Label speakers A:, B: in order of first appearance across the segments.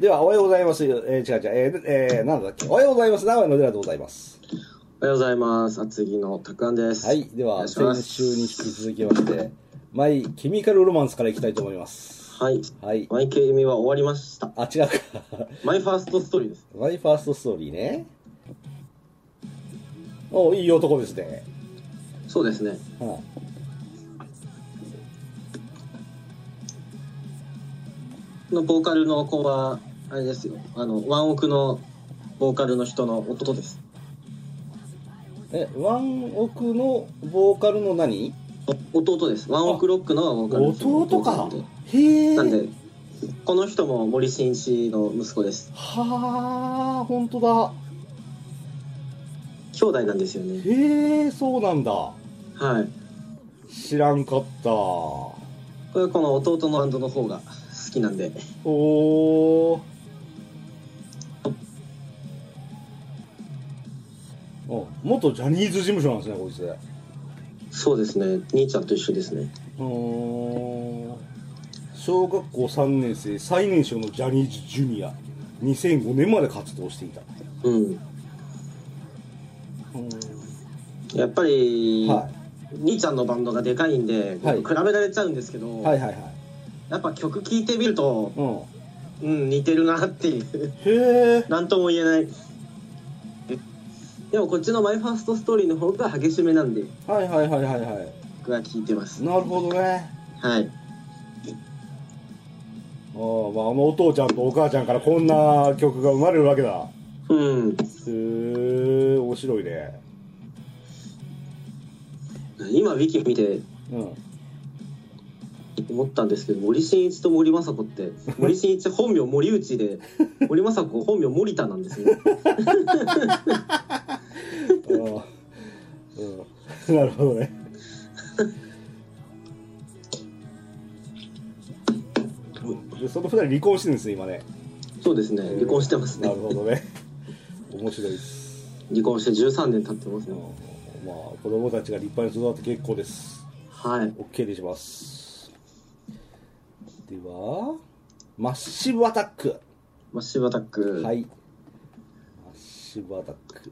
A: では、おはようございます。えー、違う違う、えー、えー、なんだっけ。おはようございます。名古屋の寺でございます。
B: おはようございます。厚木のたくあんです。
A: はい。で
B: お願
A: は、
B: いしま
A: 先
B: す
A: 週に引き続きまして、マイ・ケミカル・ロマンスからいきたいと思います。
B: はい。
A: はい。
B: マイケイミは終わりました。
A: あ、違うか。
B: マイファーストストーリーです。
A: マイ・ファースト・ストーリーね。おいい男ですね。
B: そうですね。
A: は
B: このボーカルの子は、あれですよ。あの、ワンオクのボーカルの人の弟です。
A: いえ、ワンオクのボーカルの何
B: 弟です。ワンオクロックのボーカルの人の
A: 弟か
B: 弟。
A: へえ。
B: なんで、この人も森進一の息子です。
A: はあ、本当だ。
B: 兄弟なんですよね。
A: へえ、そうなんだ。
B: はい。
A: 知らんかった。お
B: これはこの弟のバンドの方が好きなんで。
A: お。お、元ジャニーズ事務所なんですね、こいつ。う
B: そうですね。兄ちゃんと一緒ですね。
A: ーん。小学校3年生最年少のジャニーズジュニア2005年まで活動していた
B: うん。やっぱり、
A: は
B: 兄ちゃんのバンドがでかいんで、
A: はい
B: 比べられちゃうんですけど、
A: いはいはいはい
B: やっぱ曲聴いてみると、
A: うん
B: うん、似てるなっていう、
A: へえ
B: なんとも言えない。でもこっちのマイファーストストーリーの方が激しめなんで、
A: はいはいはいはいはい
B: 僕は聴いてます。
A: なるほどね
B: はい。
A: あー、まあ、あのお父ちゃんとお母ちゃんからこんな曲が生まれるわけだへ
B: うん。
A: え面白いね
B: 今、ウィキ見て
A: うん
B: 思ったんですけど、森進一と森政 子って、森進一本名森内で、森政子本名森田なんですね。
A: あーうんなるほどねでその二人離婚してるんですよ今ね
B: そうですね。離婚してます ね
A: なる。ほどね面白いです、
B: 離婚して13年経ってます
A: うん
B: ね。
A: まあ子供たちが立派に育って結構です
B: はい。
A: OK にしますではマッシブアタック
B: マッシブアタック。
A: はいマッシブアタック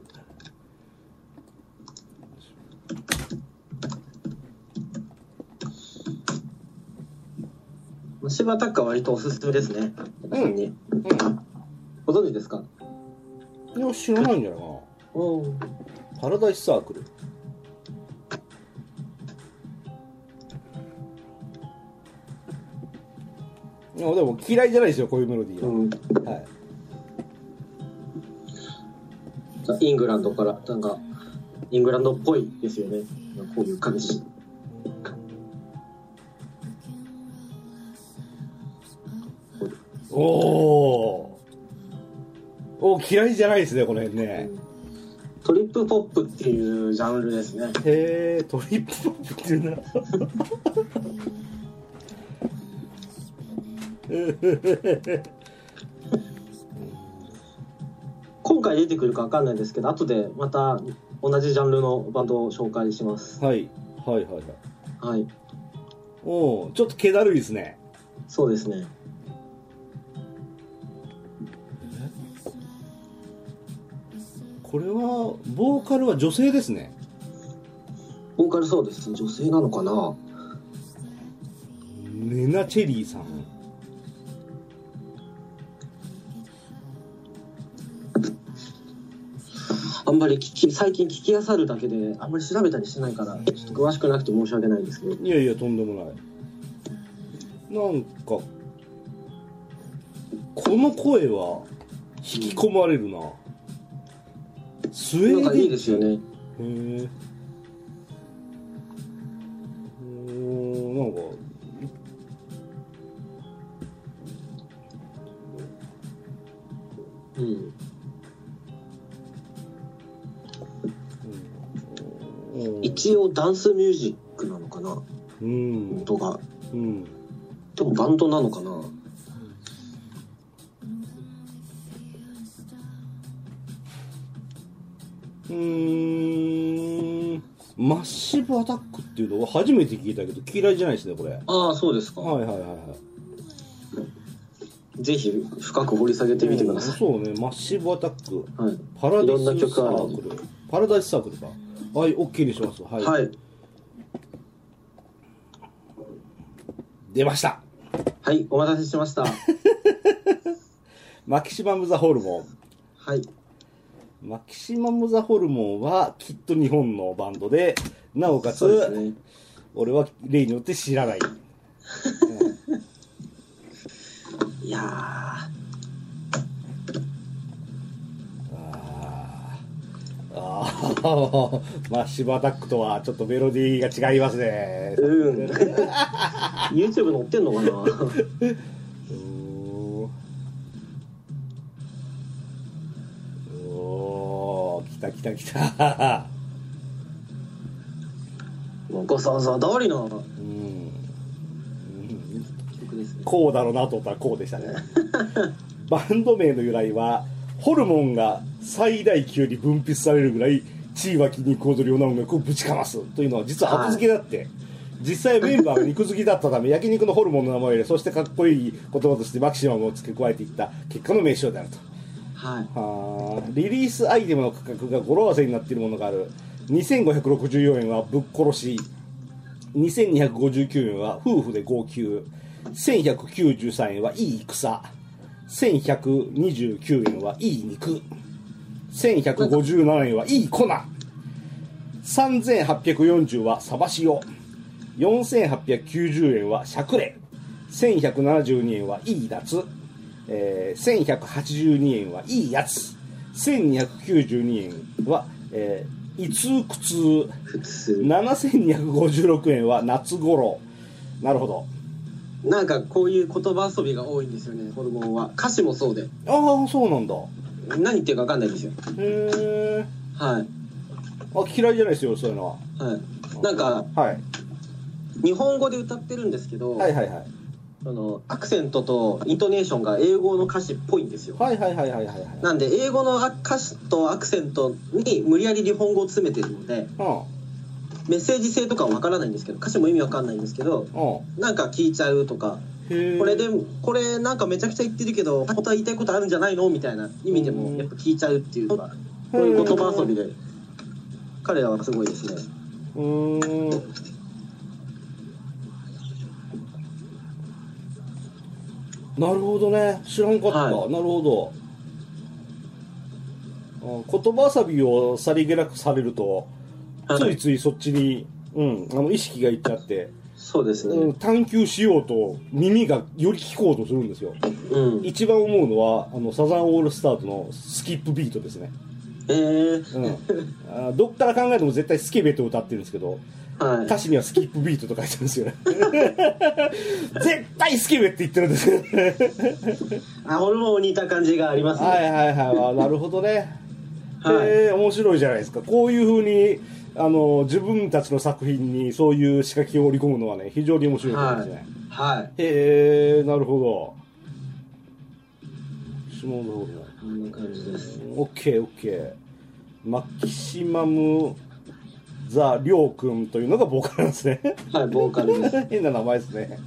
B: 虫歯タックは割とおすすめですね。皆さんに。ご存知ですか
A: いや知らないんじゃないか
B: おお。
A: なパラダイスサークルいやでも嫌いじゃないですよこういうメロディー
B: う
A: は、
B: ん。
A: はい、
B: イングランドから、なんか、イングランドっぽいですよね。こういう感じ。
A: おおお嫌いじゃないですねこの辺ね
B: トリップポップっていうジャンルですね。
A: へえトリップポップって言うな
B: 今回出てくるかわかんないですけど、後でまた同じジャンルのバンドを紹介します。
A: はいはいはいはい
B: はい。
A: おおちょっと気だるいですね
B: そうですね。
A: これはボーカルは女性ですね
B: ボーカルそうです。女性なのかな
A: ネナチェリーさん
B: あんまり聞き、最近聞き漁るだけで、あんまり調べたりしてないから、ちょっと詳しくなくて申し訳ないですけど。
A: いやいやとんでもないなんかこの声は引き込まれるな、スウェ
B: なん
A: ー
B: か
A: デン
B: いいですよね。
A: へえおーなんか
B: うん。
A: うん
B: 一応ダンスミュージックなのかな
A: うん
B: 音が
A: うん
B: でもバンドなのかな
A: うーんマッシブアタックっていうのは初めて聞いたけど嫌いじゃないですねこれはい
B: ああそうですか、
A: はいはいはい
B: ぜひ深く掘り下げてみてください。
A: そうねマッシブアタック
B: はい。
A: パラ
B: い
A: ダイ
B: ろん
A: ス
B: な曲
A: サ
B: ある
A: ークルパラダイスサークルかはい OK にしますはい、
B: はい。
A: 出ました
B: はい。お待たせしました。は
A: マキシマム・ザ・ホルモン
B: い。
A: マキシマム・ザ・ホルモンはきっと日本のバンドでなおかつ、
B: そうですね。
A: 俺は例によって知らない
B: いやー。
A: あーあーマッシブアタックとはちょっとメロディーが違いますね
B: うん。YouTube 載ってんのかな
A: おーおー来た来た来た
B: ご想像通りの
A: うん、うん
B: 曲ですね。
A: こうだろうなと思ったらこうでしたねバンド名の由来はホルモンが最大級に分泌されるぐらい地位は気に食わずるような音楽をぶちかますというのは実は後付けだって、実際メンバーが肉好きだった ため焼肉のホルモンの名前を入れそしてかっこいい言葉としてマキシマムを付け加えていった結果の名称であると
B: はい。
A: はあリリースアイテムの価格が語呂合わせになっているものがある2564円はぶっ殺し2259円は夫婦で号泣1193円はいい戦1129円はいい肉1157円はいい粉3840はサバ塩4890円はしゃくれ1172円はいい夏、えー、1182円はいいやつ1292円は、えー、いつ苦痛
B: 普通。
A: 7256円は夏ごろなるほど
B: なんかこういう言葉遊びが多いんですよね、ホルモンは。歌詞もそうで。
A: ああそうなんだ
B: 何言ってるか分かんないですよ。
A: へえ
B: はい。
A: あ嫌いじゃないですよそういうのは
B: はい。なんか、
A: はい、
B: 日本語で歌ってるんですけど、
A: はいはいはい
B: あのアクセントとイントネーションが英語の歌詞っぽいんですよ。
A: はいはいはいはいはいはい
B: なんで英語の歌詞とアクセントに無理やり日本語を詰めてるので
A: う
B: メッセージ性とかはわからないんですけど歌詞も意味わかんないんですけど
A: んうん
B: なんか聞いちゃうとか
A: へえ
B: これでこれなんかめちゃくちゃ言ってるけど本当は言いたいことあるんじゃないのみたいな意味で
A: うん
B: もやっぱ聞いちゃうっていうのがこういう言葉遊びで彼らはすごいですね。
A: うーんなるほどね知らんかった、
B: はい
A: なるほどあ言葉遊びをさりげなくされるとついついそっちに、うん、あの意識がいっちゃって、
B: そうです
A: うん
B: ね。
A: 探求しようと耳がより聞こうとするんですよ
B: うん。
A: 一番思うのはあのサザンオールスターズのスキップビートですね、
B: えー、
A: うん、あどっから考えても絶対スケベと歌ってるんですけど
B: はい。
A: 歌詞にはスキップビートと書いてあるんですよね 絶対スケベって言ってるんですよ
B: あ、ホルモンに似た感じがありますね。
A: はいはいはいあなるほどね
B: はい
A: へえ面白いじゃないですかこういうふうにあの自分たちの作品にそういう仕掛けを織り込むのはね非常に面白いことですね、
B: はい。
A: へえなるほど下の方だ
B: こんな感じです。
A: オッケーオッケーマキシマムザ・リョウ君というのがボーカルなんですね
B: はい、ボーカルです。
A: 変な名前ですね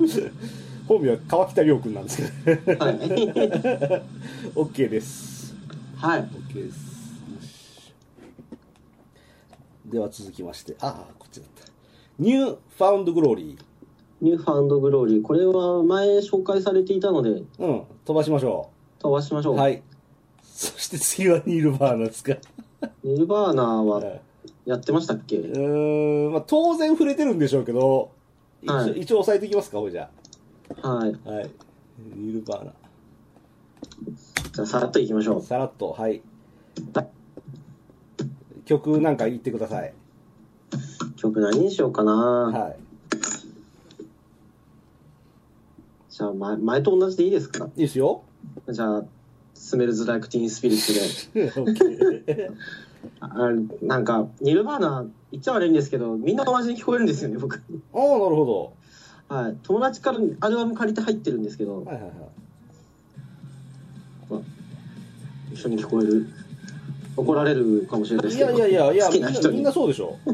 A: 本名は川北亮君なんですけど
B: はい。
A: OK です
B: はい。
A: OK ですよしでは続きましてああこっちだったニューファウンドグローリ
B: ニューファンドグローリー。これは前紹介されていたので、
A: ーうん飛ばしましょ
B: 飛ばしまし
A: う
B: ょう。。
A: はいいそして次はニール・バーなんですか
B: ニルバーナー
A: う
B: はやってましたっけ
A: ーん、まあ、当然触れてるんでしょうけど一,、
B: はい
A: 一応押さえていきますかほいじゃ
B: はい。
A: あはいニール・バーナ
B: じゃあ、さらっといきましょ
A: さらっとはい曲なんか言ってください、
B: う。曲何にしようかな。
A: はい
B: じゃあ、前前と同じでいいですか
A: いいですよ。
B: じゃあ、スメルズ・ライク・ティーン・スピリッツで。 あなんか、ニルバーナー、言っちゃ悪いんですけど、みんな同じに聞こえるんですよね、僕。
A: ああ、なるほ
B: はい。友達からアルバム借りて入ってるんですけど
A: ど。、はいはいはい。
B: 一緒に聞こえる怒られるかもしれないです
A: い
B: けど
A: やいやいやいや、
B: 好
A: み
B: き
A: ん
B: な
A: な
B: 人
A: みん
B: に
A: なそうでしょ。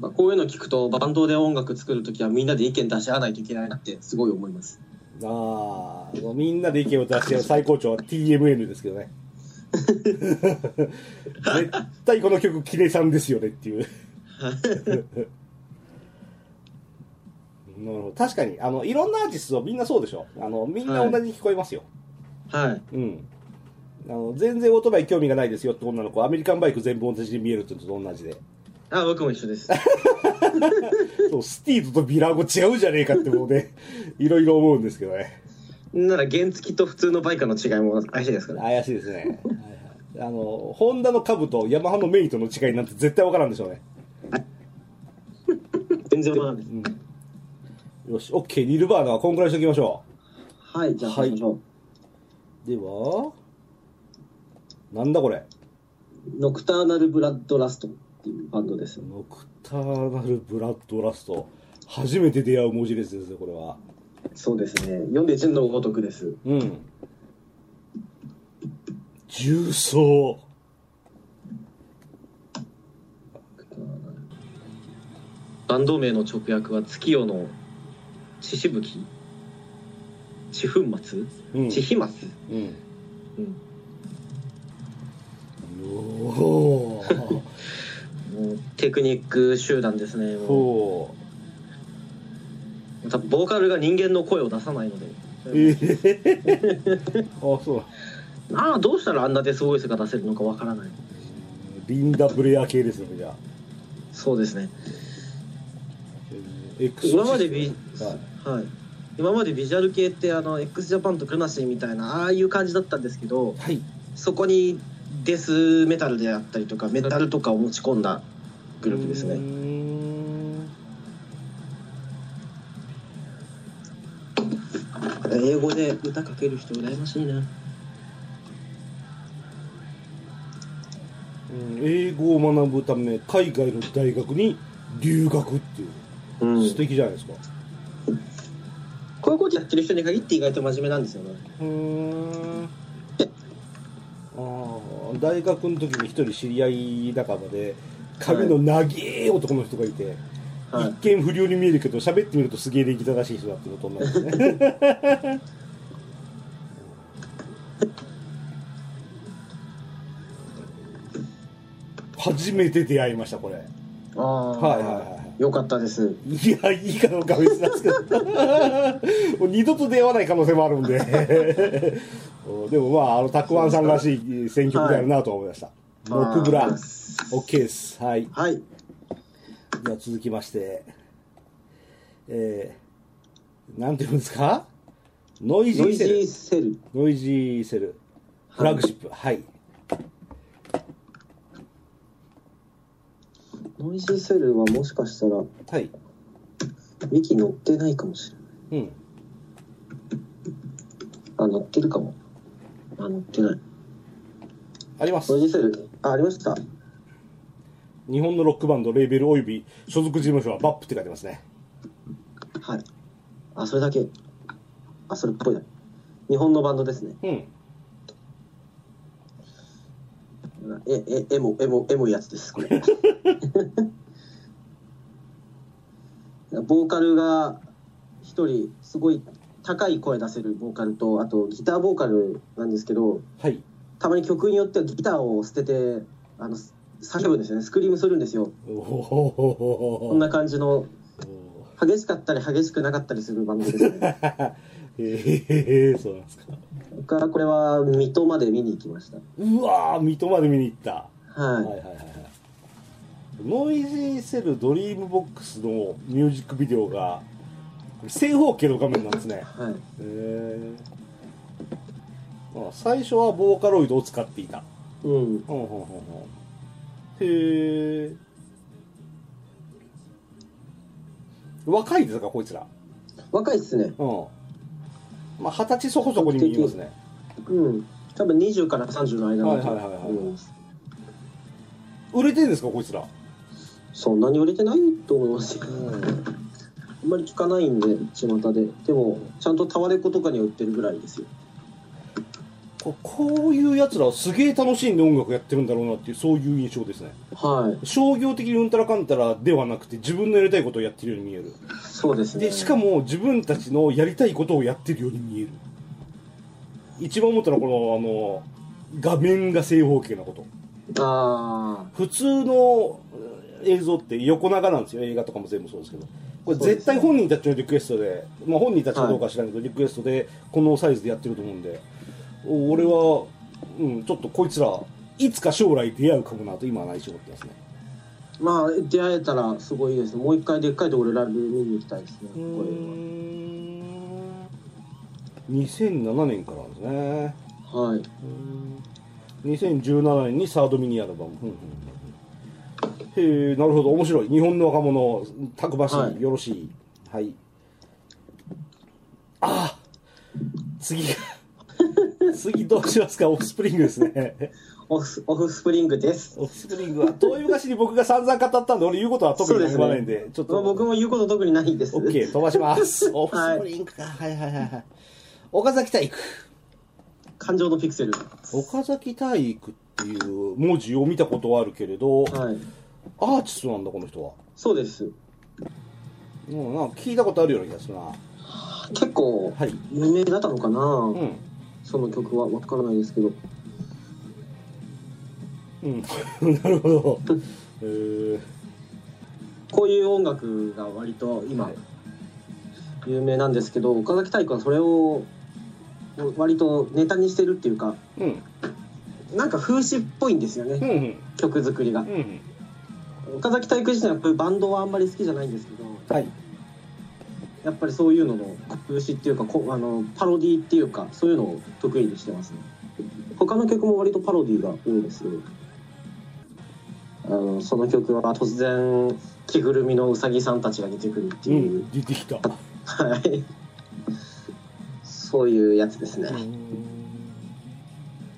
B: まあ、こういうの聞くとバンドで音楽作るときはみんなで意見出し合わないといけないなってすごい思います
A: ああ、みんなで意見を出してる最高潮は TMN ですけど ね。絶対この曲、キネさんですよねっていう。 なるほど確かにあの、いろんなアーティストはみんなそうでしょ。あのみんな同じに聞こえますよ。
B: はい
A: うんあの。全然オートバイ興味がないですよって女の子、アメリカンバイク全部同じに見えるってのと同じ で。
B: あ僕も一緒です
A: そうスティードとビラーゴ違うじゃねえかってもうね、 いろいろ思うんですけどね。
B: なら原付きと普通のバイクの違いも怪しいですから
A: 怪しい ですね。あの、ホンダの株とヤマハのメイトの違いなんて絶対わからんでしょうね。
B: 全然わからないです
A: よし、OK、ニルバーナはこんぐらいにしときましょ
B: はいじゃあ
A: はい
B: 行きましょう
A: う。では、なんだこれ。
B: ノクターナル・ブラッド・ラストっていうバンドです
A: ノクターナル・ブラッド・ラスト。初めて出会う文字列ですね、これは。
B: そうですね読んで順のごとくです
A: うん。重曹。
B: バンド名の直訳は月夜の血しぶき血粉末
A: うん。
B: 血飛沫
A: うん。
B: うん
A: おー。
B: もうテクニック集団ですねも
A: そう
B: 多分ボーカルが人間の声を出さないので
A: う。ええあ、そうだ。
B: ああどうしたらあんなですごい姿出せるのかわからない
A: リンダ・ブレア系ですね、じゃあ。
B: そうですね
A: エクソシスト
B: 今までビ、
A: はい
B: はい、今までビジュアル系ってあの x ジャパンとクルナシーみたいなああいう感じだったんですけど
A: はい、
B: そこにデスメタルであったりとかメタルとかを持ち込んだグループです
A: うー
B: ね
A: ん
B: 英語で歌かける人羨ましいな
A: うん英語を学ぶため海外の大学に留学っていう、
B: うん
A: 素敵じゃないですか
B: こういうことやってる人に限って意外と真面目なんですよね
A: うんああ大学の時に一人知り合い仲間で髪の長え男の人がいて、
B: はい
A: 一見不良に見えるけど喋ってみるとすげえ礼儀正しい人だっていうことになるんですね 初めて出会いましたこれい
B: ああ
A: はいはいは
B: よかったです
A: やいいかどうかは別なんですけどもう二度と出会わない可能性もあるんで でもまああのたくあんさんらしい選曲であるなとは思いました「ノックブラ
B: あ
A: ン」
B: ー
A: OK ですはい
B: はい
A: では続きまして、えー、なんていうんですかノイジ
B: ノ
A: ー
B: イジ
A: セル。
B: ーセル
A: ノイジーセル。フラッグシップ。はい。
B: ノイジーセルはもしかしたらウ
A: はい。
B: ィキ載ってないかもしれない
A: うん。
B: あ載ってるかもあ載ってない
A: あります
B: ノイ。ジーセルあありました
A: 日本のロックバンド、レーベルおよび所属事務所はバップって書いてますね。
B: はい。あ、それだけ。あ、それっぽいな。日本のバンドですね。
A: うん。
B: え、え、エモ、エモ、エモいやつです、こ れ。ボーカルが一人、すごい高い声出せるボーカルと、あとギターボーカルなんですけど、
A: はい。
B: たまに曲によってはギターを捨てて、あの、叫ぶんですよね。スクリームするんですよ。
A: おお
B: こんな感じの、激しかったり激しくなかったりするバンドです ね。
A: えー、そうなんですか。
B: 僕はこれは水戸まで見に行きました。
A: うわー、水戸まで見に行った。
B: はい
A: はいはいはいはい。ノイジーセルドリームボックスのミュージックビデオが、これ正方形の画面なんですね。
B: はい。
A: へえ。あ最初はボーカロイドを使っていた。
B: うん。
A: ほんほんほんほんへえ。若いですか、こいつら。
B: 若いっすね。
A: うん。まあ、二十歳そこそこに見えますね。
B: うん。多分20から30の間だと
A: はいはいはいはい
B: 思います。
A: 売れてるんですか、こいつら。
B: そんなに売れてないと思いますよ。あんまり聞かないんで、巷で。でも、ちゃんとタワレコとかには売ってるぐらいですよ。
A: ここういうやつらはすげえ楽しんで音楽やってるんだろうなっていうそういう印象ですね
B: はい
A: 商業的にうんたらかんたらではなくて自分のやりたいことをやってるように見える
B: そうですね
A: でしかも自分たちのやりたいことをやってるように見える一番思ったのはこのあの画面が正方形なこと
B: ああ
A: 普通のえー映像って横長なんですよ映画とかも全部そうですけどこれ絶対本人たちのリクエストでまあ、本人たちかどうかは知らんけど、リクエストでこのサイズでやってると思うんでお俺は、うん、ちょっとこいつらいつか将来出会うかもなと今は内緒思ってますね
B: まあ出会えたらすごいですねもう一回でっかいところでライブ見に行きたいですね
A: う
B: これは
A: ん2007年からですね
B: はい
A: 2017年にサードミニアルバム、うんうんへえなるほど面白い日本の若者たくましい、
B: はい
A: よろしいはいああ次が 次どうしますかオフスプリングですね
B: オフオフスプリングです
A: オフスプリングは遠い昔に僕が散々語ったんで俺言うことは特に言わないんでちょっ
B: ま
A: と
B: あ僕も言うこと特にないです
A: オッケー飛ばし ますオフスプリングか、はい、はいはいはい岡崎体育
B: 感情のピクセル
A: 岡崎体育っていう文字を見たことはあるけれど、
B: はい
A: アーティストなんだこの人は
B: そうです
A: うん、なんか聞いたことあるような気がするな。
B: 結構
A: はい。
B: 有名だったのかな、
A: うん。
B: その曲は分からないですけど
A: うん。な るほど。えー、
B: こういう音楽が割と今
A: はい
B: 有名なんですけど岡崎体育はそれを割とネタにしてるっていうか
A: うん。
B: なんか風刺っぽいんですよ
A: う
B: ね
A: んうん。
B: 曲作りが
A: うんうん。
B: 岡崎体育自体はこういうバンドはあんまり好きじゃないんですけど
A: はい。
B: やっぱりそういうのの風刺っていうかこあのパロディっていうかそういうのを得意にしてますね他の曲も割とパロディが多いですけどあのその曲は突然着ぐるみのうさぎさんたちが出てくるって
A: う
B: いう、
A: ん。出てきた。
B: はい。そういうやつですね。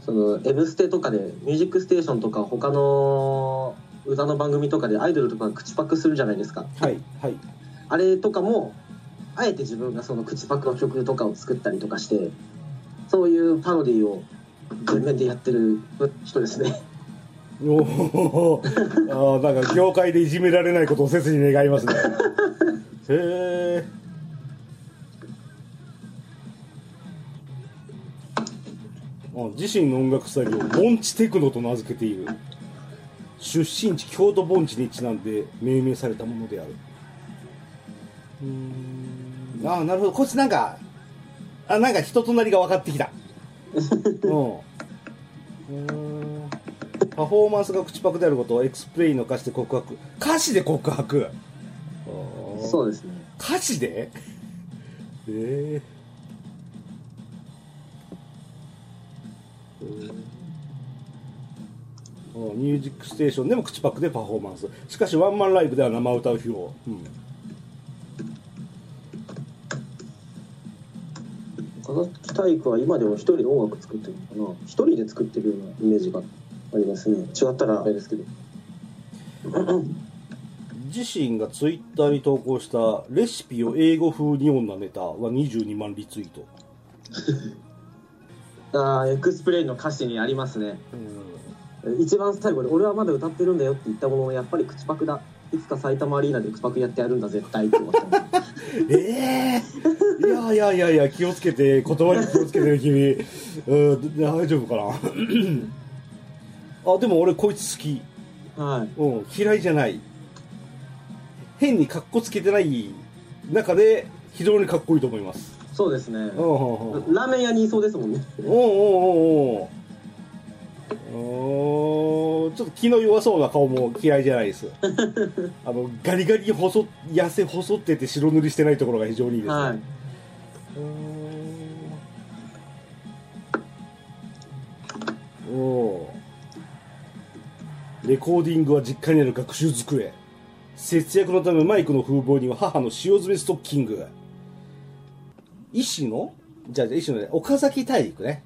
B: その、M ステとかで、ミュージックステーションとか、他の歌の番組とかでアイドルとかが口パクするじゃないですか。
A: はい。はい。
B: あれとかも、あえて自分がその口パクの曲とかを作ったりとかして、そういうパロディーを全面でやってる人ですね。
A: おお。 ああ、なんか業界でいじめられないことを切に願い ますね。へえ。あ自身の音楽スタイルを盆地テクノと名付けている出身地京都盆地にちなんで命名されたものであるうーんああなるほどこいつなんかあなんか人となりが分かって きたうんうーんパフォーマンスが口パクであることをエクスプレインの歌詞で告白歌詞で告白あー
B: そうですね。
A: 歌詞でええあミュージックステーションでも口パクでパフォーマンスしかしワンマンライブでは生歌を披露、うん
B: 岡崎体育は今でも一人で音楽作ってるのかな一人で作ってるようなイメージがありますね違ったらあれですけど
A: 自身がツイッターに投稿したレシピを英語風に読んだネタは22万リツイート、
B: あーエクスプレインの歌詞にありますね一番最後で「俺はまだ歌ってるんだよ」って言ったもののやっぱり口パクだいつか埼玉アリーナで口パクやってやるんだ絶対って思ってま
A: ええいやいやいやいや気をつけて言葉に気をつけてる君うん大丈夫かなあでも俺こいつ好き、
B: すはい
A: うん、嫌いじゃない変に格好つけてない中で非常にかっこいいと思います
B: そうですね
A: うんうんうん
B: ラーメン屋にいそうですもんね
A: おうおうおうおうおーちょっと気の弱そうな顔も嫌いじゃないですあのガリガリに細痩せ細ってて白塗りしてないところが非常にいいですね、
B: はいう
A: ーんおーレコーディングは実家にある学習机節約のためマイクの風貌には母の塩詰めストッキング医師のじゃあじゃあ医師のね岡崎体育ね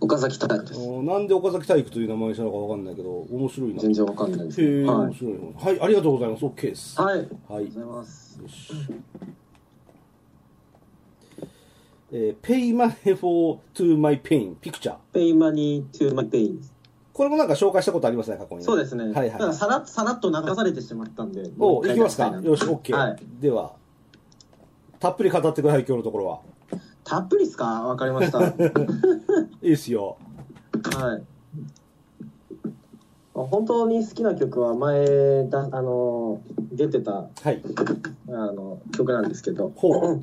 B: 岡崎体育です
A: おーなんで岡崎体育という名前にしたのかわかんないけど面白いなへ
B: 全然わかんないです
A: え、
B: は
A: 面
B: い
A: 白いなはいありがとうございます OK です
B: はいありがと
A: は
B: う
A: い
B: ございます
A: よしえー Pay Money for to My Pain Picture。
B: ペイマニー・トゥ・マイ・ペインです。
A: これもなんか紹介したことありますね、過去にね、
B: そうですね。
A: はいはい
B: だからさらさらっと流されてしまったんで。も
A: お
B: う
A: い
B: 一回
A: きますか
B: や。り
A: よ
B: い
A: し、OK。
B: はい
A: では、たっぷり語ってください、今日のところは。
B: なたっぷりですかわかり ました。
A: いいですよ。
B: はい。本当に好きな曲は前だあの出てた
A: はい。
B: あの曲なんですけど、
A: ほう。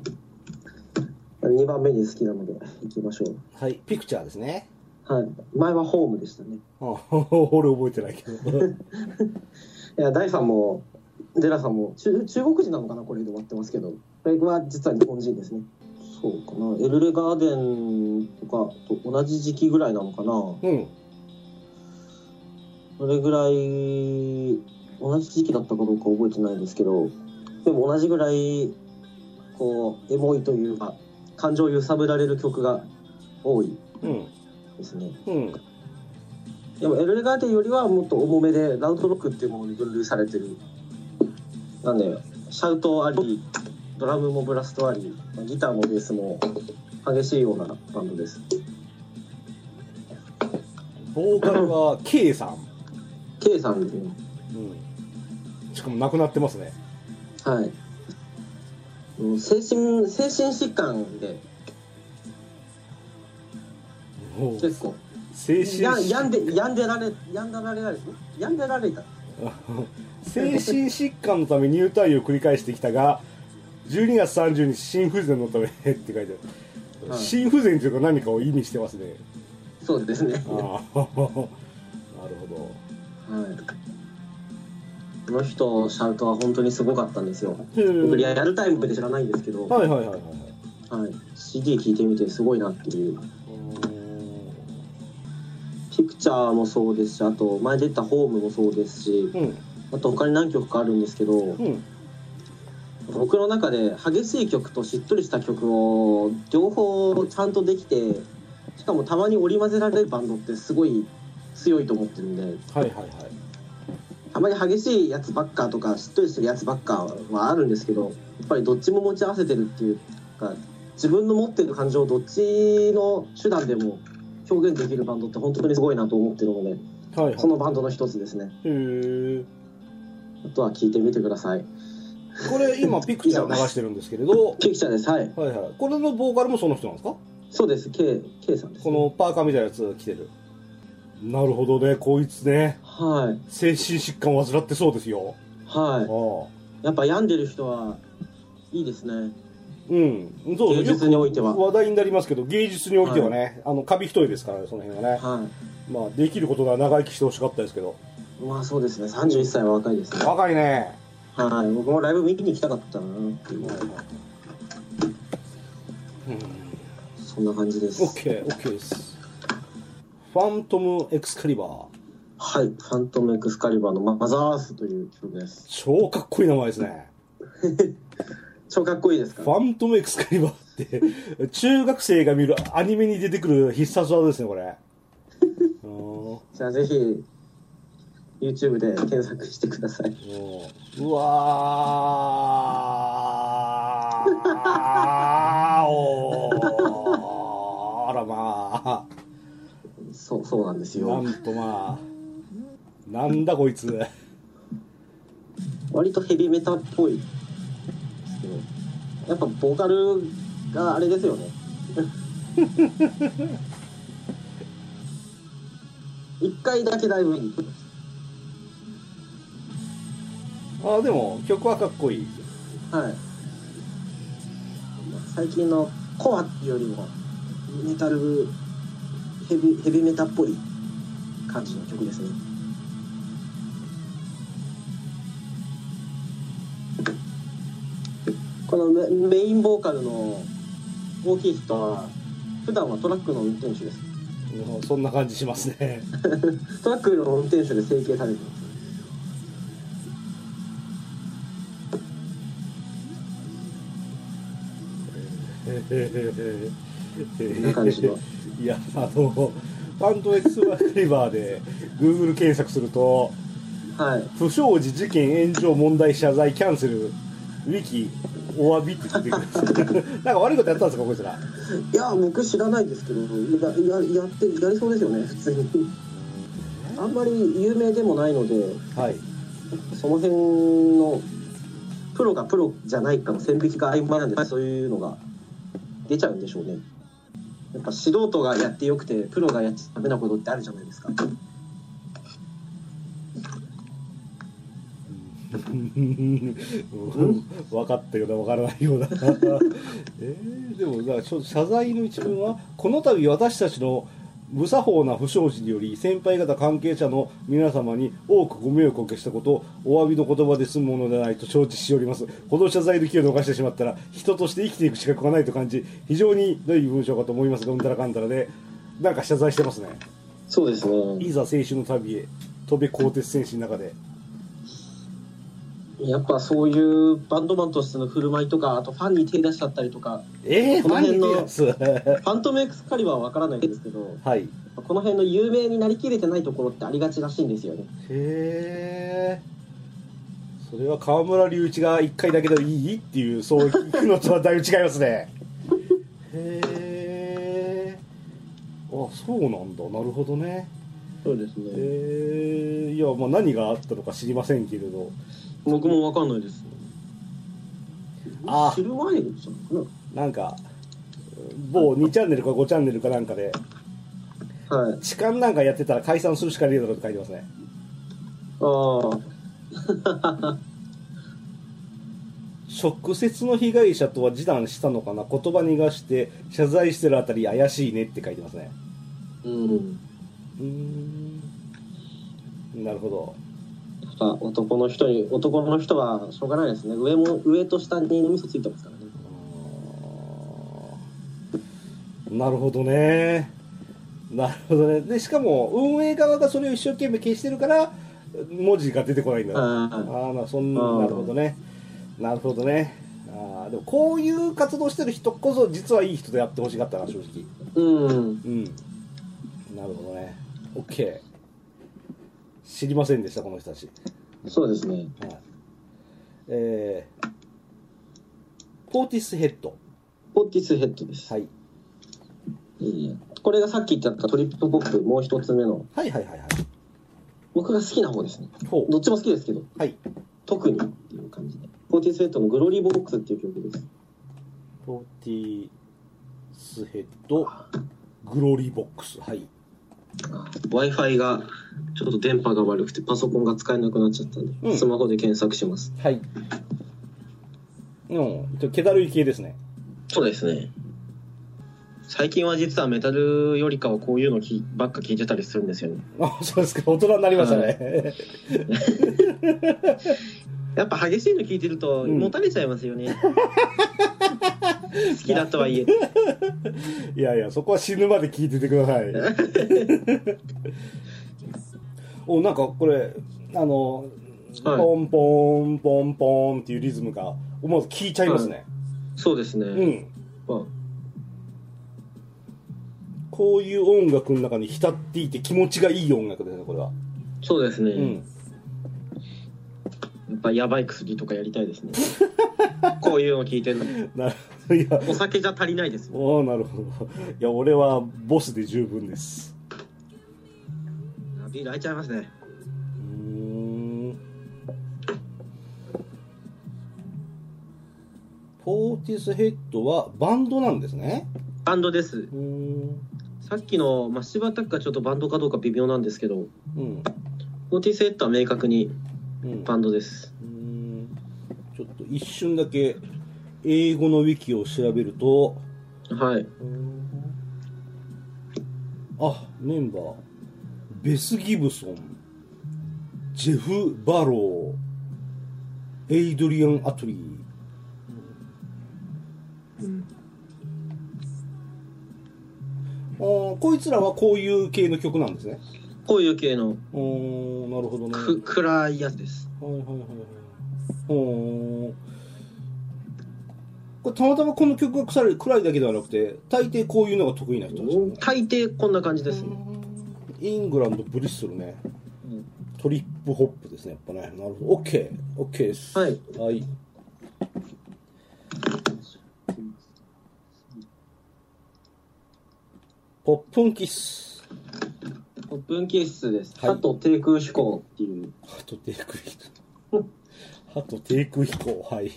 B: 2番目に好きなのでいきましょう。
A: はい、ピクチャーですね。
B: はい。前はホームでしたね。
A: あ 俺覚えてないけど。
B: いや大さんもデラさんも中中国人なのかなこれで終わってますけど、これは実は日本人ですね。そうかな。エルレガーデンとかと同じ時期ぐらいなのかな。
A: うん。
B: それぐらい同じ時期だったかどうか覚えてないんですけどでも同じぐらいこうエモいというか感情を揺さぶられる曲が多い
A: うん。
B: ですね
A: うん。
B: でもエルレガーデンよりはもっと重めでラウドロックっていうものに分類されてるなんでシャウトありドラムもブラストありギターもベースも激しいようなバンドです
A: ボーカルは K さん。
B: K さんですね
A: うん。しかも亡くなってますね。
B: はい。うん精神精神疾患で
A: おう
B: 結構
A: 精神
B: やん病ん
A: 疾
B: で病んでられ病んでられられ病んでられた。
A: 精神疾患のため入退院を繰り返してきたが、12月30日、心不全のためって書いてある。
B: はい
A: 心不全というか何かを意味してますね。
B: そうですね。
A: あ あ、なるほど。
B: はい。この人シャウトは本当にすごかったんですよ。
A: へー
B: 僕リアルタイムで知らないんですけど、は
A: はいはいはいはいはい。
B: い。CD 聞いてみてすごいなっていう。ピクチャーもそうですし、あと前出たホームもそうですし、
A: うん、
B: あと他に何曲かあるんですけど、
A: うん、
B: 僕の中で激しい曲としっとりした曲を両方ちゃんとできてしかもたまに織り交ぜられるバンドってすごい強いと思ってるんで
A: はいはいはい。
B: たまに激しいやつばっかとかしっとりしてるやつばっかはあるんですけどやっぱりどっちも持ち合わせてるっていうか自分の持ってる感情をどっちの手段でも表現できるバンドって本当にすごいなと思ってるので
A: はいはい
B: そ。のバンドの一つですね
A: へー
B: あとは聴いてみてください
A: これ今ピクチャー流してるんですけれど、
B: ピクチャーですはい
A: はいはい。これのボーカルもその人なんですか
B: そうです K, K さんです
A: こ
B: ね、
A: のパーカーみたいなやつ着てる。なるほどね、こいつね。
B: はい
A: 精神疾患を患ってそうですよ。
B: はい
A: ああ。
B: やっぱ病んでる人はいいですね。
A: うん。そう
B: 芸術においては
A: よく話題になりますけど、芸術においてはね、あの、紙一重ですからね、その辺はね。
B: は
A: まあ、できることなら長生きしてほしかったですけど。
B: い。まあそうですね。三十一歳は若いですね。
A: 若いね。
B: はい。僕もライブ見に行きたかったなっていう。
A: うん
B: そんな感じです。
A: オッケー、オッケーです。ファントムエクスカリバー。
B: はい。ファントムエクスカリバーのママザーアースという曲です。
A: 超かっこいい名前ですね。
B: 超かっこいいですか
A: フ。ァントムエクスカリバーって、中学生が見るアニメに出てくる必殺技ですね、こ れ。うんも
B: じゃあぜひ YouTube で検索してください。
A: ううわ ーおーあらまあ
B: そうそうなんです
A: な
B: よ。
A: んとまあなんだこいつ
B: 割とヘビメタっぽいですけど、やっぱボーカルがあれです よね。一回だけライブに行く。
A: あでも曲はかっこいい
B: はい。最近のコアっていうよりもメタルヘビヘビメタっぽい感じの曲ですね。このメメインボーカルの大きい人は普段はトラックの運転手です。
A: うんそんな感じしますね
B: トラックの運転手で整形されてます。こんな感じの。
A: いや、あの、ファントエクスバリバーで Google 検索すると、
B: はい。
A: 不祥事、事件、炎上、問題、謝罪、キャンセル、ウィキお詫びって言ってくるなんか悪いことやったん ですかこいつら
B: いや僕知らないですけどやややってやりそうですよね普通にあんまり有名でもないので
A: はい
B: その辺のプロがプロじゃないかの線引きが曖昧なんでそういうのが出ちゃうんでしょうねやっぱ素人がやってよくてプロがやっちゃダメなことってあるじゃないですか
A: 分かったような分からないようなえー、でもだからちょ謝罪の一文はこの度私たちの無作法な不祥事により先輩方関係者の皆様に多くご迷惑をおかけしたことをお詫びの言葉で済むものではないと承知しておりますこの謝罪の機会を逃してしまったら人として生きていく資格がないと感じ非常に良い文章かと思いますがうんたらかんたらでなんか謝罪してますね
B: そうですね
A: いざ青春の旅へ飛べ鋼鉄戦士の中で
B: やっぱそういうバンドマンとしての振る舞いとかあとファンに手出しちゃったりとか
A: ええー、
B: この辺の
A: 何やつ
B: ファントムエクスカリバーは分からないですけど
A: はい
B: この辺の有名になりきれてないところってありがちらしいんですよね
A: へえそれは河村隆一が1回だけでいいっていうそう聞くのとはだいぶ違いますねへえあそうなんだなるほどね
B: そうです
A: えいやまあ何があったのか知りませんけれど
B: 僕も分かんないです
A: あ
B: 知る前にしたのか
A: なんか某2チャンネルか5チャンネルかなんかで
B: なはい
A: 痴漢なんかやってたら解散するしかねえだろって書いてますね
B: ああ
A: 直接の被害者とは示談したのかな言葉逃がして謝罪してるあたり怪しいねって書いてますね
B: うん、
A: うーんなるほど
B: やっぱ男の人に男の人はしょうがないですね上も上と下に脳みそついてますからね
A: あーなるほどねなるほどねでしかも運営側がそれを一生懸命消してるから文字が出てこないんだあ
B: は
A: あーなそんな
B: うん
A: なるほどねなるほどねあーでもこういう活動してる人こそ実はいい人でやってほしかったな正直
B: いうん
A: うんなるほどね OK 知りませんでしたこの人たち
B: そうですね
A: はいえー、ポーティスヘッド、
B: ポッティスヘッドです、
A: はい、
B: ええこれがさっき言ったトリップポップもう一つ目の
A: はいはいはいは
B: 僕が好きな方ですね
A: いほ
B: どっちも好きですけど
A: うはい
B: 特にっていう感じでポッティスヘッドの「グロリーボックス」っていう曲です
A: ポーティスヘッドグローリーボックスはい
B: w i f i がちょっと電波が悪くてパソコンが使えなくなっちゃったんで、
A: うん
B: スマホで検索します
A: はいうんちょっと気だるい系ですね
B: そうですね最近は実はメタルよりかはこういうのきばっか聞いてたりするんですよね
A: あそうですか大人になりましたね、
B: やっぱ激しいの聞いてると
A: うん
B: もたれちゃいますよ ね、好きだとはいえ
A: い、やいやそこは死ぬまで聞いててください おなんかこれあの、
B: はい
A: ポンポンポンポンっていうリズムが思わず聞いちゃいますね、
B: そうですね、
A: うん
B: まあ
A: こういう音楽の中に浸っていて気持ちがいい音楽ですね、これは。
B: そうですね、
A: うん。
B: やっぱやばい薬とかやりたいです ねこういうの聞いてるの
A: なるほど。いや、
B: お酒じゃ足りないですよ
A: おーなるほど。いや、俺はボスで十分です。
B: ビール開いちゃいますね
A: うーん。ポーティスヘッドはバンドなんですね。
B: バンドです
A: うーん。
B: さっきの、まあ、柴田がちょっとバンドかどうか微妙なんですけど
A: うん。
B: オーティスヘッドは明確に
A: うん。
B: バンドです
A: うーんちょっと一瞬だけ英語のウィキを調べると、
B: はい
A: あメンバーベス・ギブソンジェフ・バローエイドリアン・アトリーあーこいつらはこういう系の曲なんですね
B: こういう系の
A: おーなるほどね
B: く暗いやつです
A: はいはいはいはいほーこれたまたまこの曲が腐る暗いだけではなくて大抵こういうのが得意な人ですよね
B: 大抵こんな感じですね
A: イングランドブリストルね
B: うん
A: トリップホップですねやっぱねなるほど OKOK です
B: はい
A: はいポップンキス。
B: オープン気室です。
A: はい
B: あと、低空飛行っていう。
A: ハト低空飛行。ハト低空飛行、はい。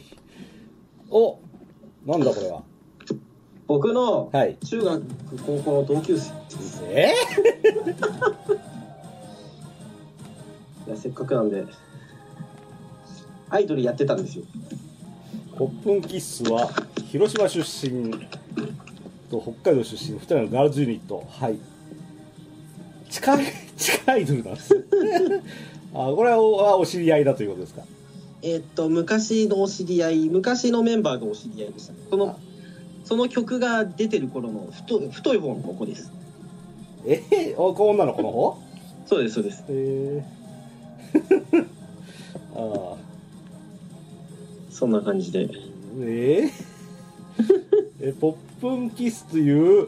A: おなんだこれは。
B: 僕の
A: はい。
B: 中学、高校の同級生です。
A: え
B: いや、せっかくなんで。アイドルやってたんですよ。
A: ー、ポップンキッスは、広島出身と北海道出身の2人のガールズユニット。はい。近い、近いアイドルなんです。 あこれはおあお知り合いだということですか。
B: えーっと、昔のお知り合い、昔のメンバーがお知り合いでしたね。そ
A: あ
B: の、その曲が出てる頃の太い太い方の子です。
A: えー、お女の子の方
B: そうです、そうです。
A: え ー、ああ。
B: そんな感じで。
A: えーえポップンキスという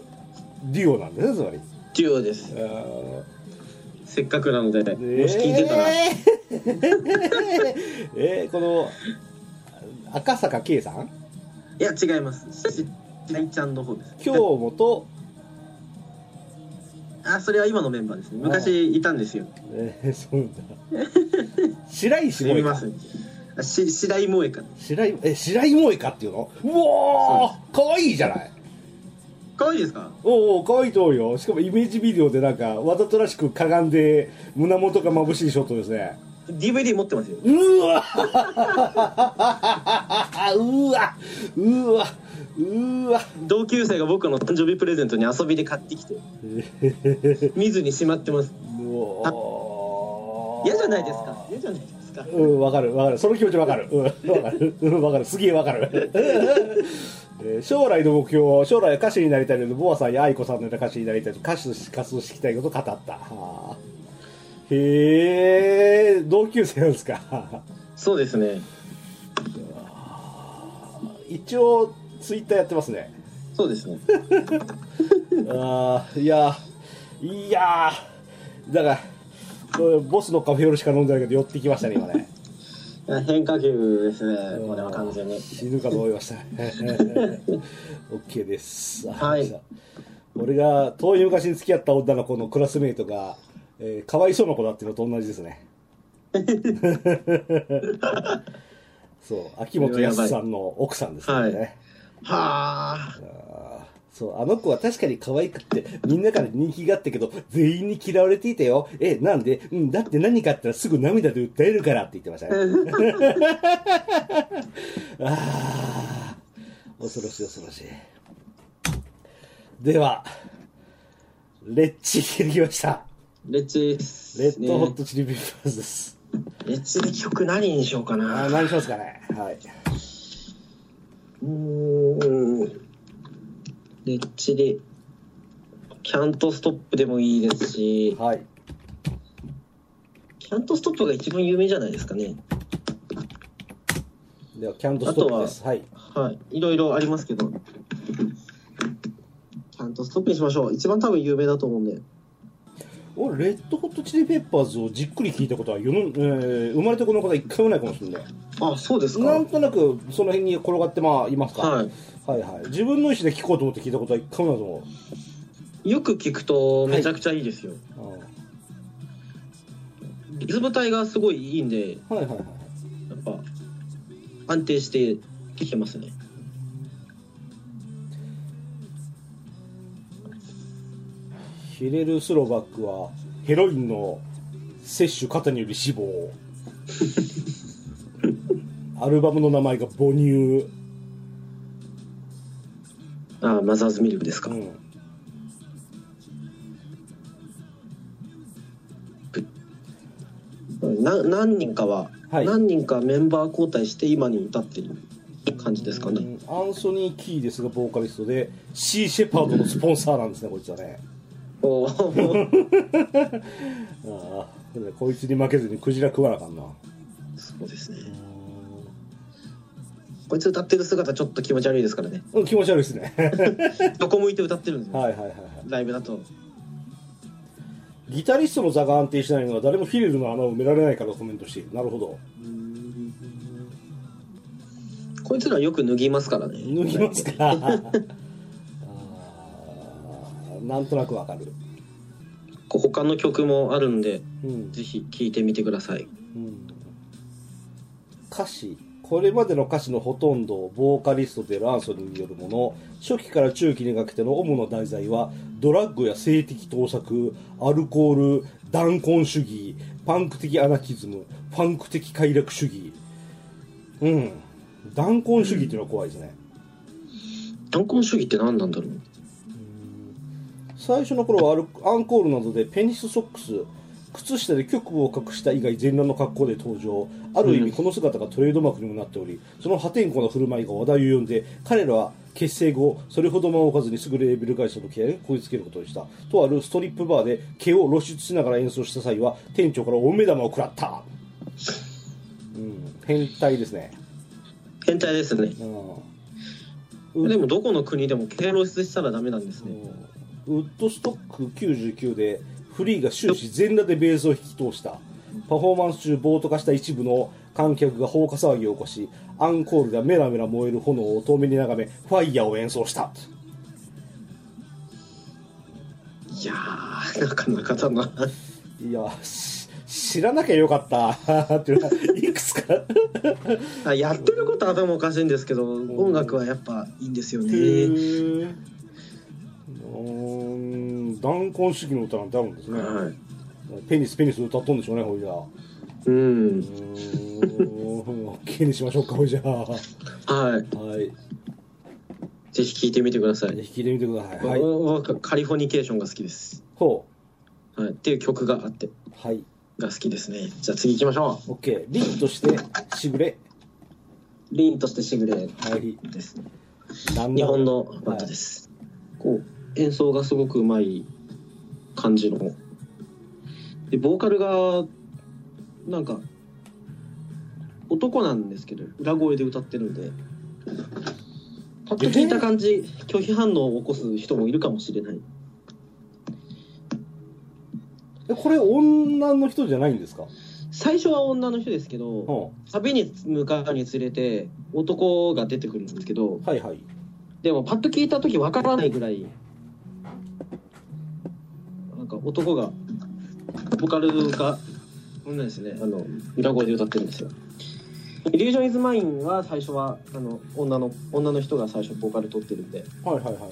A: デュオなんですねつまり
B: デュオです。
A: あ
B: せっかくなので、
A: ー
B: もし聞いてたら、
A: えー えーこの赤坂圭さん
B: いや、違います。し大ちゃんの方です。
A: 京本と、
B: あ、それは今のメンバーですね。昔いたんですよ。
A: えー、そうなんだ白石
B: す
A: 萌
B: み
A: え
B: ま
A: か
B: せん。あし白井萌えか。
A: 白井え白井萌えかっていうのうおーかわいいじゃない
B: 可愛いですか。
A: おうおう可愛いと思うよしかもイメージビデオでなんかわざとらしくかがんで胸元が眩しいショットですね
B: DVD 持ってますよ。
A: うわ うわうわうわ
B: 同級生が僕の誕生日プレゼントに遊びで買って きて、見ずにしまってます。嫌じゃないですか。嫌じゃないですか。
A: うんわかるわかるその気持ちわかるうんわかるうんわかるすげえわかる えー将来の目標将来は歌手になりたいのでボアさんや愛子さんのような歌手になりたいと歌手として活動していきたいことを語ったはあへえ同級生なんですか
B: そうですね。
A: 一応ツイッターやってますね
B: そうです ね。
A: あーいやーいやーだからうんボスのカフェオレしか飲んでないけど寄ってきましたね今ね
B: 変化球ですね。これは完全に。
A: 死ぬかと思いました OK です
B: はい
A: 俺が遠い昔に付き合った女の子のクラスメイトが、えー、かわいそうな子だっていうのと同じです ねそう秋元康さんの奥さんですね、
B: はいはあ。
A: あーそう、あの子は確かに可愛くって、みんなから人気があったけど、全員に嫌われていたよ。え、なんでうん、だって何かあったらすぐ涙で訴えるからって言ってましたね。ああ、恐ろしい恐ろしい。では、レッチ聞いてきました。
B: レッチです
A: レ
B: ね
A: ッドホットチリピーパーズです。
B: レッチで曲何にしようか
A: あ
B: な。
A: ー
B: う
A: 何しますかねはい。
B: ーん。レッチで。キャントストップでもいいですし。
A: はい。
B: キャントストップが一番有名じゃないですかね。
A: では、キャンドストップです。はい。
B: はい。いろいろありますけど。キャントストップにしましょう。一番多分有名だと思うんで。
A: 俺レッドホットチリペッパーズをじっくり聞いたことは世の、えー生まれてこの方一回もないかもしれない
B: あ、そうです
A: な
B: か
A: ん。となくその辺に転がってまあいますか、
B: は
A: はいはい自分の意思で聞こうと思って聞いたことは一回もないと
B: い。よく聞くとめちゃくちゃいいですよ。
A: 思う、
B: リズム体がすごいいいんで、や
A: うんはいはいはい
B: っぱ安定して聴けますね。
A: ヒレルスロバックはヘロインの摂取肩により 死亡アルバムの名前が母乳、
B: あ、マザーズミルクです
A: う
B: か。
A: ん、
B: な何人かは、
A: はい
B: 何人かメンバー交代して今に至ってる感じですかね。
A: うんアンソニー・キーですがボーカリストでシー・シェパードのスポンサーなんですねこいつはね
B: おー
A: ああでもこいつに負けずにクジラ食わなあかんな
B: そうですね。こいつ歌ってる姿ちょっと気持ち悪いですからね。
A: うん気持ち悪いですね
B: どこ向いて歌ってるんですよ。
A: はいはいはいはい
B: ライブだと。
A: ギタリストの座が安定しないのは誰もヒレルの穴を埋められないからコメントしているなるほど
B: こいつ らよく脱ぎますからね。
A: 脱ぎますかああなんとなくわかる
B: こう他の曲もあるんで
A: うん、
B: ぜひ聴いてみてください
A: うん、歌詞これまでの歌詞のほとんどをボーカリストでランソによるもの初期から中期にかけての主な題材はドラッグや性的盗作アルコール弾痕主義パンク的アナキズムパンク的快楽主義うん弾痕主義っていうのは怖いですね、
B: 弾痕主義って何なんだろう
A: 最初の頃はアルアンコールなどでペニスソックス靴下で局部を隠した以外全裸の格好で登場ある意
B: うん
A: 味この姿がトレードマークにもなっており、その破天荒な振る舞いが話題を呼んで彼らは結成後それほど間を置かずにすぐレーベル会社の契約をこぎつけることにしたとあるストリップバーで毛を露出しながら演奏した際は店長から大目玉を食ら った、うん、変態ですね、
B: 変態ですね
A: うん、
B: でもどこの国でも経露出したらダメなんですね
A: ウッドストック99でフリーが終始全裸でベースを引き通したパフォーマンス中暴徒化した一部の観客が放火騒ぎを起こしアンコールがメラメラ燃える炎を遠目に眺めファイヤーを演奏した
B: いやーなかなかだない
A: やし知らなきゃよかったっていうのはいくつか
B: あやってることは頭おかしいんですけど音楽はやっぱいいんですよ
A: へ
B: ね
A: ーうーん弾痕主義の歌なんてあるんですね、
B: は
A: ペニスペニス歌っとんでしょうねほいじゃあ
B: いう
A: う
B: ん
A: ーん OK にしましょうかほいじゃあ
B: は
A: はい、
B: いぜひ聴いてみてください、
A: 引き入れてみてください。はい。
B: 僕はカリフォニケーションが好きです、
A: ほ
B: はい、っていう曲があって
A: う。はい。
B: が好きですねじゃあ次行きましょ
A: OK。リンとして、しぐれ。
C: リーンとしてしぐれ
A: はい。
B: です
A: なん
B: 日
A: だろう
B: 本のバンドです、こう演奏がすごくうまい感じのでボーカルがなんか男なんですけど裏声で歌ってるんでパッと聞いた感じ拒否反応を起こす人もいるかもしれない
A: えこれ、女の人じゃないんですか
B: 最初は女の人ですけ
A: う
B: ど
A: ん。は
B: サビに向かうにつれて男が出てくるんですけど
A: いはい。
B: でもパッと聞いた時わからないぐらいなんか男がボカルがこんなんですねあの裏声で歌ってるんですよ。イリュージョン・イズ・マインは最初はあの女の女の人が最初ボーカル取ってるんで
A: はいはいはいは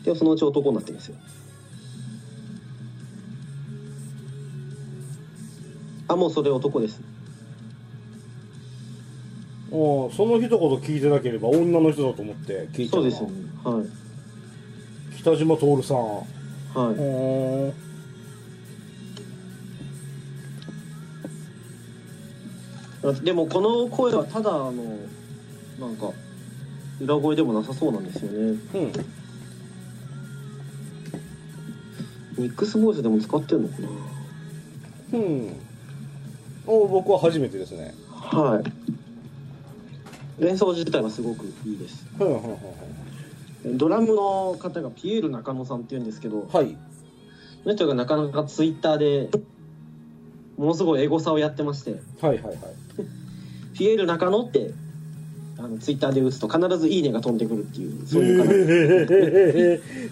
A: い。
B: でそのうち男になってるんですよあもうそれ男です
A: おその一言聞いてなければ女の人だと思って聞いて
B: そうですよねはい
A: 北島徹さん。う
B: はい
A: ーん。
B: でもこの声はただあのなんか裏声でもなさそうなんですよね
A: うん。
B: ミックスボイスでも使ってるのか
A: うん。お僕は初めてですね。
B: なはい演奏自体はすごくいいです
A: うんうんうんうん
B: ドラムの方がピエール中野さんっていうんですけどこ
A: はい。
B: の人がなかなかツイッターでものすごいエゴサをやってまして
A: はいはいはい。
B: ピエール中野ってあのツイッターで打つと必ず「いいね」が飛んでくるっていうそういう方
A: へへへへへ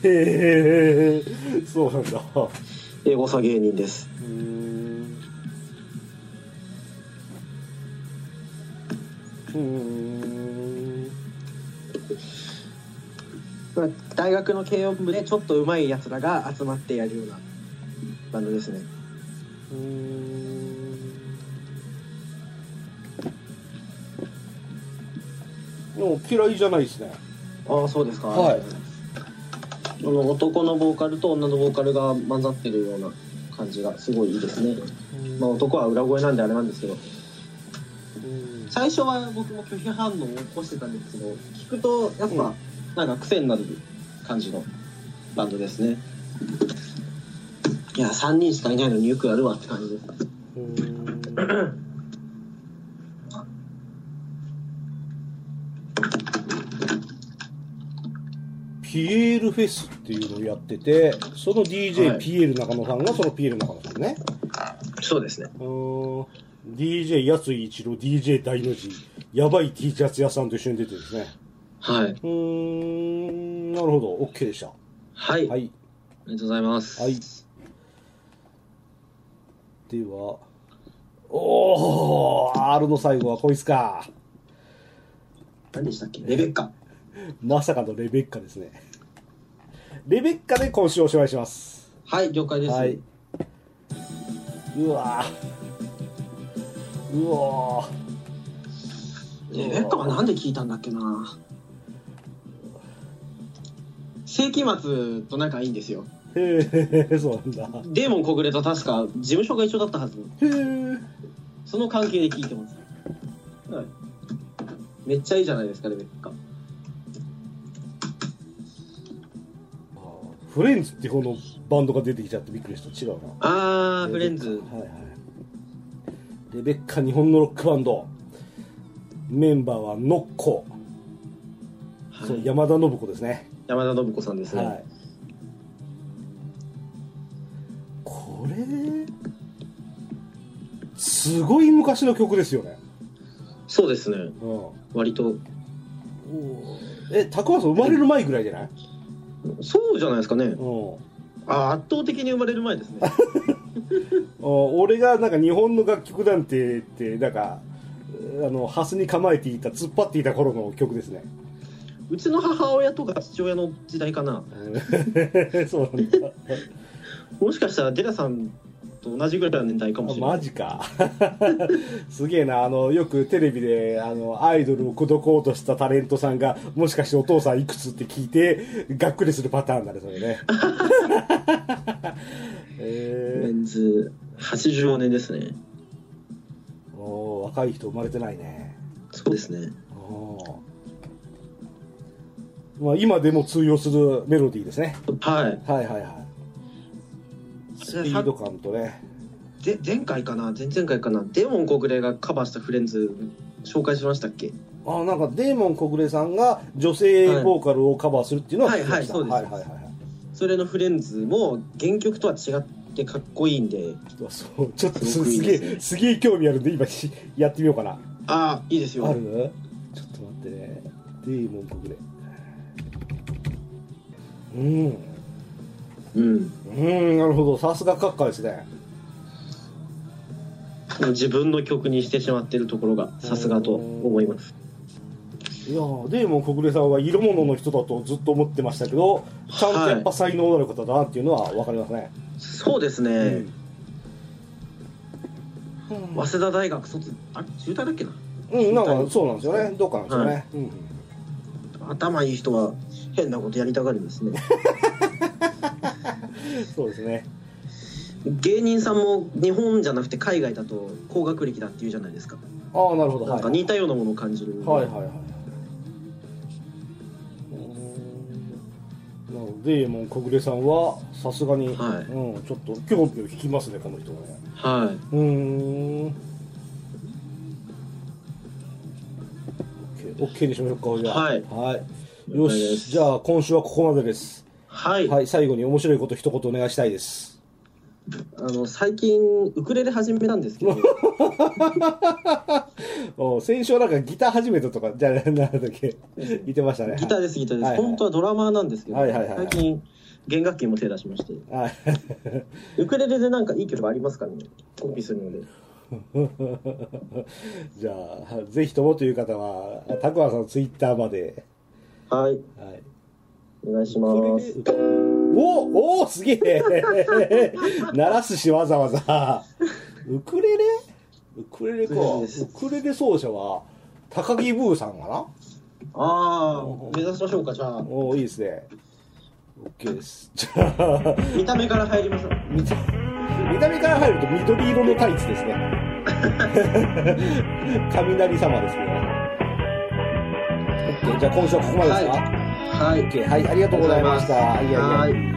A: へへへへへ そうなんだ。
B: エゴサ芸人です
A: うーんうーん
B: 大学の軽音部でちょっと上手いやつらが集まってやるようなバンドですね
A: うーんでも嫌いじゃないですね
B: ああそうですか
A: はい
B: この男のボーカルと女のボーカルが混ざってるような感じがすごいいいですね、まあ、男は裏声なんであれなんですけど
A: うん
B: 最初は僕も拒否反応を起こしてたんですけど聞くとやっぱなんか癖になる感じのバンドですねいや3人しかいないのによくやるわって感じです
A: うーんピエールフェスっていうのをやっててその DJ、
B: はい
A: ピエール中野さんがそのピエール中野さんね
B: そうですね
A: うーん DJ 安井一郎 DJ 大の字やばい T シャツ屋さんと一緒に出てるんですね
B: はい。
A: うーん、なるほど、OK でした。
B: はい。
A: はい。
B: ありがとうございます。
A: はい。では、おー、R の最後はこいつか。
D: 何でしたっけレベッカ。
A: まさかのレベッカですね。レベッカで今週おしまいします。
B: はい、了解です。
A: はい。うわーうわー
B: レベッカはなんで聞いたんだっけな世紀末と仲いいんですよ
A: へえ、そうなんだ。
B: デーモン小暮と確か事務所が一緒だったはず
A: へえ。
B: その関係で聞いてます、はい、めっちゃいいじゃないですかレベッカ
A: フレンズって方のバンドが出てきちゃってびっくりした。違うな。
B: あーフレンズ
A: はいはい。レベッカ日本のロックバンド。メンバーはノッコ。
B: はい
A: そう山田信子ですね。
B: 山田信子さんですね、
A: はい。これ、すごい昔の曲ですよね。
B: そうですね
A: うん。
B: 割と
A: え、たくまさん生まれる前ぐらいじゃない
B: そうじゃないですかね
A: うん。
B: あー圧倒的に生まれる前です ね
A: あ俺がなんか日本の楽曲なんてってなんかあのハスに構えていた突っ張っていた頃の曲です ね
B: うちの母親とか父親の時代かな
A: そうなんだ
B: もしかしたらデラさんと同じぐらいの年代かもしれない
A: マジか すげえなあのよくテレビであのアイドルを口説こうとしたタレントさんがもしかしてお父さんいくつって聞いてがっくりするパターンだねそれ ね
B: メ
A: え
B: ンズ85年ですね。
A: ー、おー若い人生まれてないね
B: そうですね。
A: おーまあ、今でも通用するメロディーですね
B: はい。
A: はいはいはいスピード感とね
B: で前回かな前々回かなデーモン小暮がカバーしたフレンズ紹介しましたっけ
A: あなんかデーモン小暮さんが女性ボーカルをカバーするっていうのは
B: はい
A: 聞きました
B: はいはいそうです
A: はいはいはい
B: それのフレンズも原曲とは違ってかっこいいんで
A: うわそうちょっと
B: す
A: す
B: ごくいい
A: すげ
B: ですね
A: えすげえ興味あるんで今しやってみようかな
B: ああいいですよ
A: あるちょっと待ってねデーモン小暮うん
B: うん
A: うんなるほどさすが閣下ですね
B: 自分の曲にしてしまってるところがさすがと思います
A: いやーデーモン小暮さんは色物の人だとずっと思ってましたけどちゃんとやっぱ才能のある方だなっていうのは分かりますね、
B: そうですね、
A: うん
B: 早稲田大学卒あ中退だっけな
A: うん、なんかそうなんですよねどっかなんですよね、
B: は
A: うん
B: 頭いい人は変なことやりたがるんですね
A: そうですね
B: 芸人さんも日本じゃなくて海外だと高学歴だっていうじゃないですか
A: ああなるほど
B: な
A: は
B: ん
A: い
B: か似たようなものを感じる、
A: はいはいはいなのでデーモン小暮さんはさすがに、
B: はい
A: うん、ちょっと興味を引きますねこの人はね
B: は
A: うーん OK, OK にしましょうかじゃあ
B: はい
A: はいよ
B: 了解で
A: し
B: す
A: じゃあ今週はここまでです
B: はい、
A: はい最後に面白いこと一言お願いしたいです
B: あの最近ウクレレ始めたんですけ ど
A: お先週はなんかギター始めたとかじゃあなんだっけ言ってましたね
B: ギターですギターです、
A: はいはい
B: 本当はドラマーなんですけど、
A: はいはいはいはい
B: 最近弦楽器も手出しまして
A: はい
B: ウクレレでなんかいい曲ありますかねコピーするので
A: じゃあ、ぜひともという方は、たくあさんのツイッターまで。
B: は
A: は
B: い
A: い、
B: お願いします
A: おおすげえ 鳴らすしわざわざ。ウクレレウクレレか。
B: ウクレレです
A: ウクレレ奏者は、高木ブーさんかな
B: ああ目指しましょうかじゃあ
A: おおいいですね。OK です。じゃあ、
B: 見た目から入りましょう
A: 見た見た目から入ると緑色のタイツですね。 雷様ですけど。OK、じゃあ今週はここまでですか、
B: はい
A: OK、はい、ありがとうございました。
B: ありがとうございます
A: いやいや
B: はい